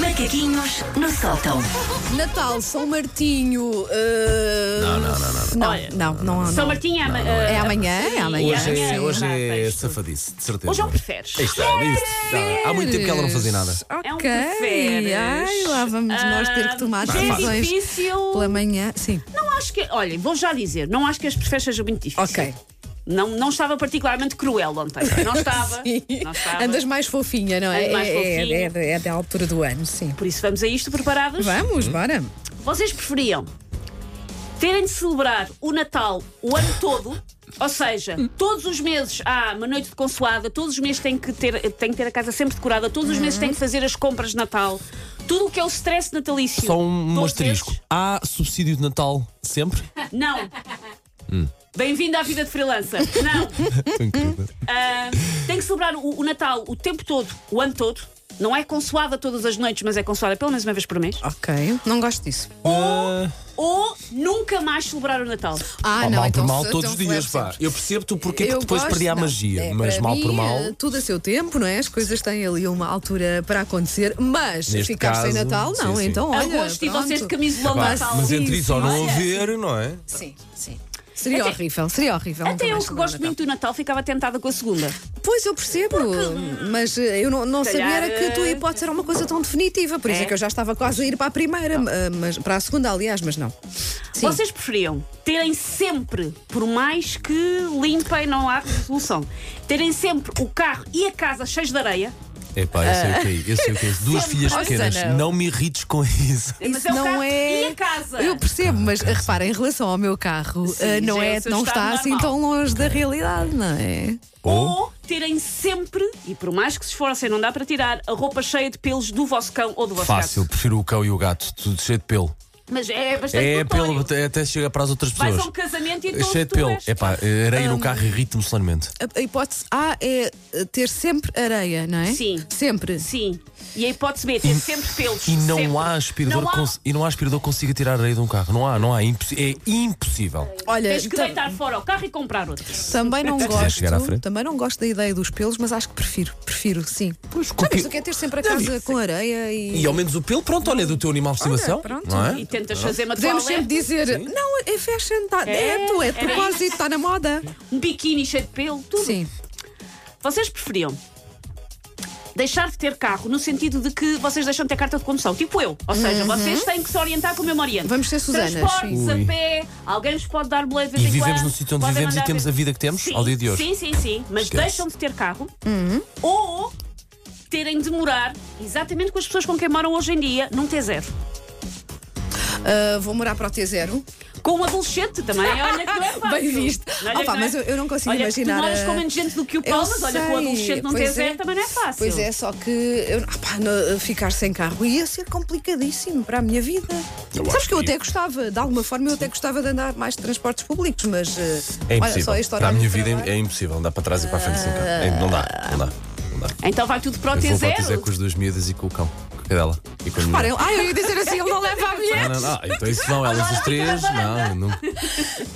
Macaquinhos no sótão. Natal, São Martinho. eh, Não, não, não, não, Não, Olha, não, não, não. São Martinho é, ama- É amanhã, é Sim, amanhã. Hoje é, amanhã, hoje é exato, isto. safadice, de certeza. Hoje é um preferes. Aí está, é isso. Está. Há muito tempo que ela não fazia nada. Ok. É um preferes. Ai, lá vamos nós ter que tomar Ah, É decisões difícil. pela manhã. Sim. Não acho que. Olhem, vou já dizer, não acho que as preferes sejam muito difíceis. Ok. Não, não estava particularmente cruel ontem. Não estava. Não estava. Andas mais fofinha, não é? Ando mais é, é- fofinha. é- é- é da altura do ano, sim. Por isso vamos a isto preparados. Hum. Vamos, bora. Vocês preferiam terem de celebrar o Natal o ano todo? Ou seja, todos os meses há uma noite de consoada, todos os meses tem que ter, tem que ter a casa sempre decorada, todos os meses tem Uhum. que fazer as compras de Natal, tudo o que é o stress natalício. Só um, todos asterisco. esses? Há subsídio de Natal sempre? Não. Hum. Bem-vindo à vida de freelancer. Não. Tão querida. Ah, tem que celebrar o, o Natal o tempo todo, o ano todo. Não é consoada todas as noites, mas é consoada pelo menos uma vez por mês. Ok. Não gosto disso. Ah, Ou nunca mais celebrar o Natal. Oh! Ah, pá, não, mal então por mal se- todos os então dias, flerte. pá. Eu percebo-te o porquê é que Eu depois gosto, perdi a não. magia, É, mas para mal mim, por mal. eh, Tudo a seu tempo, não é? As coisas têm ali uma altura para acontecer, mas Neste ficar sem caso, Natal, não. sim, sim. Então, olha. Agosto e vocês de pronto. camisolão Pá, de Natal. mas entre isso ou não Olha, haver, não é? Sim, sim. Seria Até- horrível, seria horrível. nunca Até eu mais que celebrar gosto Natal. muito do Natal ficava tentada com a segunda. Pois eu percebo, mas eh, eu não, não calhar, sabia era que a tua eh, hipótese era uma coisa tão definitiva, por isso é é? que eu já estava quase a ir para a primeira, eh, mas, para a segunda, aliás, mas não. Sim. Vocês preferiam terem sempre, por mais que limpem, não há resolução, terem sempre o carro e a casa cheios de areia. Epá, eu sei o que é isso, eu sei o que é isso. Duas filhas Nossa, pequenas, não. não me irrites com isso. mas é o carro e a casa. Eu percebo, mas eh, repara, em relação ao meu carro, Sim, eh, não, já é é, o seu não estado está assim normal. tão longe da realidade, não é? Ou terem sempre, e por mais que se esforcem, não dá para tirar, a roupa cheia de pelos do vosso cão ou do vosso Fácil, prefiro o cão e o gato, tudo cheio de pelo. gato. Mas é bastante É pelo, notório. até até chega para as outras Vais a pessoas. um casamento e É então cheio de tu pelo. és- Um, Epá, areia no carro irrita-me solenemente. A, a hipótese A é eh, ter sempre areia, não é? Sim. Sempre. Sim. E a hipótese B, é ter sempre pelos. E não sempre. há aspirador Não há. que cons- e não há aspirador que consiga tirar a areia de um carro. Não há, não há. É, impossi- é impossível. Olha, então- Tens que tam- deitar fora o carro e comprar outro. também não quiser chegar à gosto. frente. Também não gosto da ideia dos pelos, mas acho que prefiro, prefiro, sim. Pois, Já porque- viste o que é ter sempre a casa com areia e. E ao menos o pelo, pronto, olha, é do teu animal de estimação. pronto. Não E é? tentas fazer uma Podemos sempre toalete, dizer, não, é fashion, tá, é, É, tu, é era de propósito, isso. está na moda. um biquíni cheio de pelo, tudo. Sim. Vocês preferiam deixar de ter carro no sentido de que vocês deixam de ter carta de condução, tipo eu. Ou seja, vocês têm que se orientar como eu me oriento. Uhum. Vamos ser Susanas, Transportes sim. a pé, alguém vos pode dar boleia de vez E em quando. vivemos no sítio onde podem vivemos e mandar temos a vida que temos Sim, ao dia de hoje. Sim, sim, sim. Mas Esquece. deixam de ter carro Uhum. ou terem de morar exatamente com as pessoas com quem moram hoje em dia num T0. Ah, vou morar para o T0. Com um adolescente também, olha que não é fácil. Bem visto. Olha que Opa, não é- mas eu, eu não consigo olha, que imaginar. Tu moras a- com menos gente do que o Eu Paulo, mas olha, com o sei, adolescente num pois T0 também não é fácil. Pois é, só que eu, ah pá, não- ficar sem carro ia ser complicadíssimo para a minha vida. Sabes acho que eu que- até gostava, de alguma forma eu até gostava de andar mais de transportes públicos, mas eh, É olha impossível. só este para a horário minha de vida trabalho. é impossível. Andar para trás e para a frente sem carro. É, Não dá, não dá. Não dá. Então vai tudo para o Eu vou para o T0. T0 com as duas miúdas e com o cão. Com a cadela. E com a minha. Para, ele- ah, eu ia dizer assim, ele não leva a mulher. Não, não, não. Então isso não, elas as três. Não, não.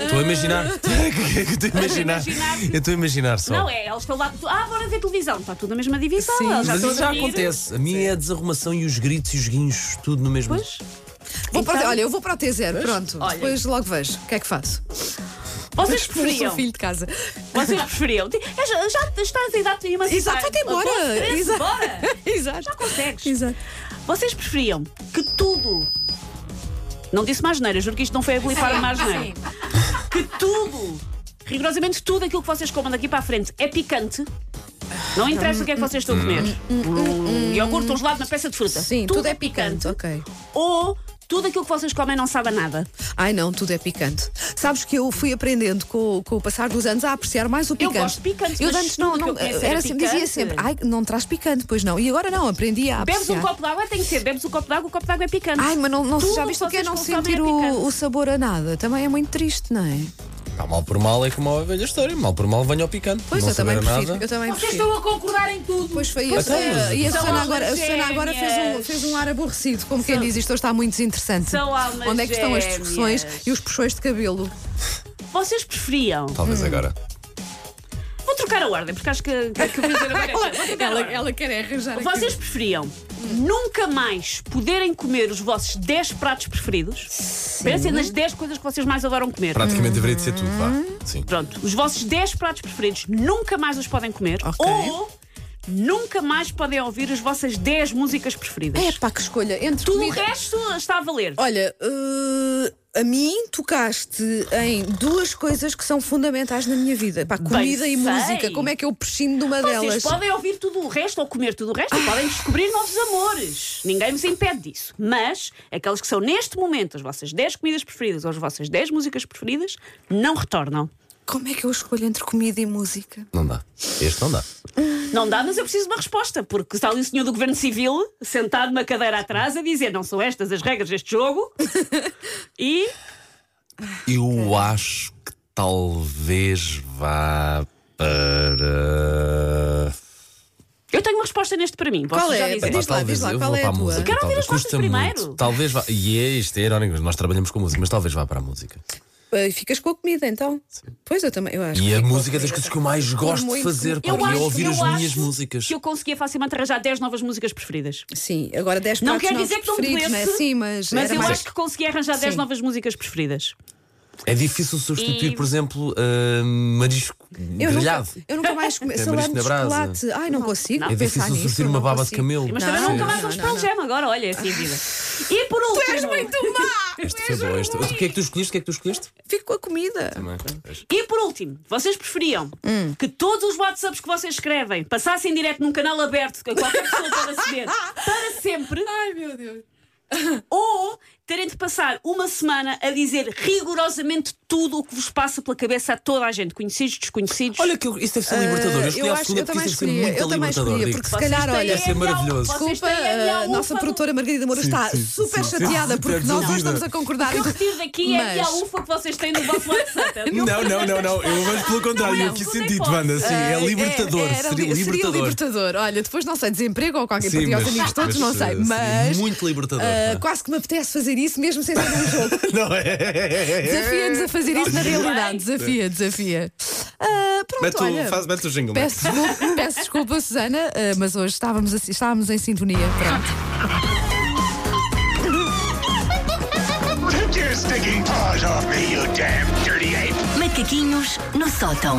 Estou a imaginar. O que é que eu Estou a imaginar. imaginar. Eu estou a imaginar só. Não é, elas estão lá. Ah, bora ver televisão. Está tudo na mesma divisão. Sim, elas Mas estão isso já a dormir. acontece. A minha é a desarrumação e os gritos e os guinchos, tudo no mesmo. Pois. Vou para o T- Então- olha, eu vou para o T0, pronto. Olha. Depois logo vejo. O que é que faço? Vocês Sou preferiam. filho de casa. Vocês preferiam. É, Já, já estás em idade de emancipar. Exato, vai-te embora. Agora, parece, Exato. Bora. Exato. Já consegues. Exato. Vocês preferiam que tudo. Não disse mais neira, juro que isto não foi habilitar mais neira. Que tudo, rigorosamente tudo aquilo que vocês comam daqui para a frente é picante. Não interessa o que é que vocês estão a comer. Um iogurte, um gelado, uma peça de fruta. Sim, tudo, é picante. Ok. Ou tudo aquilo que vocês comem não sabe a nada. Ai não, tudo é picante. Sabes que eu fui aprendendo com, o- com o passar dos anos a apreciar mais o Eu picante. gosto de picante, Eu mas de antes não, tudo não que eu conheço era era sempre, dizia picante. sempre, ai, não traz picante, pois não. E agora não, aprendi a Bebes um apreciar. copo de água, tem que ser. Bebes um copo de água, o copo de água é picante. Ai, mas não, não Tudo já viste o que é vocês não consomem sentir é picante. o, o sabor a nada? Também é muito triste, não é? Pá, mal por mal é como a velha história. Mal por mal venho ao picante. Pois não eu também saber a prefiro. nada. Eu também Vocês prefiro. estão a concordar em tudo. Pois foi Pois isso. é, E a são Susana almas agora, a Susana agora fez, um, gêmeas. fez um ar aborrecido, como quem diz, isto hoje está muito desinteressante. São almas Onde é que estão as discussões gêmeas. e os puxões de cabelo? Vocês preferiam. Talvez agora. Vou tro- trocar a ordem, porque acho que, que, que vou dizer agora. Vou trocar a Ela, ordem. ela quer é arranjar Vocês aqui. preferiam nunca mais poderem comer os vossos 10 pratos preferidos? Pensem nas 10 coisas que vocês mais adoram comer. Praticamente deveria de ser tudo, vá. Sim. Pronto, os vossos 10 pratos preferidos nunca mais os podem comer. Ok. Ou nunca mais podem ouvir as vossas 10 músicas preferidas. É pá, que escolha. Entre Tudo o comida- resto está a valer. Olha, eh, a mim tocaste em duas coisas que são fundamentais na minha vida. Pá, comida e sei. música. Como é que eu prescindo de uma delas? Vocês podem ouvir tudo o resto ou comer tudo o resto e podem descobrir novos amores. Ninguém vos impede disso. Mas aquelas que são neste momento as vossas 10 comidas preferidas ou as vossas 10 músicas preferidas não retornam. Como é que eu escolho entre comida e música? Não dá. Este não dá. Não dá, mas eu preciso de uma resposta, porque está ali o senhor do Governo Civil sentado numa cadeira atrás a dizer não são estas as regras deste jogo e Eu acho que talvez vá para. Eu tenho uma resposta neste para mim. Posso Qual já é? dizer? Diz lá, talvez diz lá, eu qual vou é para a a tua? música. Quero ouvir talvez. as vossas Custa muito. primeiro. Talvez vá. E é isto, é irónico, mas nós trabalhamos com música, mas talvez vá para a música. E Eh, ficas com a comida então? Pois eu também, eu acho. E que a fico com música é das comida. coisas que eu mais gosto de muito. fazer, pá, Eu e é acho- ouvir eu as acho minhas músicas. Que eu conseguia facilmente arranjar 10 novas músicas preferidas. Sim, agora 10 Não pratos quer novos dizer que não preferidos, doesse, é? Sim, mas, Mas era eu mais- acho que conseguia arranjar 10 Sim. novas músicas preferidas. É difícil substituir, E- por exemplo, ah, marisco eu nunca, grelhado. eu nunca mais comi Tem salame marisco de na brasa. chocolate. Ai, não consigo. É Ah, pensar difícil nisso, substituir uma não baba de consigo. camelo. é Mas Não, também nunca não, mais vamos não, para o não. gema agora, olha, é assim a vida. E por último. Este foi bom, este. O que é que tu escolheste? O que é que tu escolheste? é? Fico com a comida. E por último, vocês preferiam Hum. que todos os WhatsApps que vocês escrevem passassem direto num canal aberto que qualquer pessoa pode aceder para sempre? Ai, meu Deus. ou terem de passar uma semana a dizer rigorosamente tudo o que vos passa pela cabeça a toda a gente, conhecidos, desconhecidos. Olha, que eu- isso deve ser um libertador. Eu escolhi Eh, eu a acho- segunda eu porque também isso deve ser escolhi. muito Eu também escolhi, libertador. porque digo-te. se calhar, têm olha, a Deve ser minha maravilhoso. alfa, vocês Desculpa, têm a minha a alfa nossa do- produtora Margarida Moura está sim, super sim, sim. chateada Super porque nós não desiludida. estamos a concordar. O que eu retiro daqui é a minha Mas- ufa que vocês têm no vosso WhatsApp. Não, não, não, não. Eu vejo pelo contrário. Não, Eu aqui não. senti, Não Wanda, assim. É libertador. Era- Eh, era- um Seria libertador. libertador. Olha, depois não sei, desemprego ou qualquer Sim, partilha aos mas- amigos todos, não mas, sei. uh, seria Mas Muito libertador. ah, pá. quase que me apetece fazer isso mesmo sem ser um jogo. Não é? Desafia-nos a fazer isso na realidade. Desafia, desafia. Ah, pronto, Mete olha. o, faz, mete o jingle. Peço desculpa, peço desculpa, Susana, ah, mas hoje estávamos, assim- estávamos em sintonia. Pronto. Take your stinking paws off me, you damn dirty ape! Macaquinhos no sótão.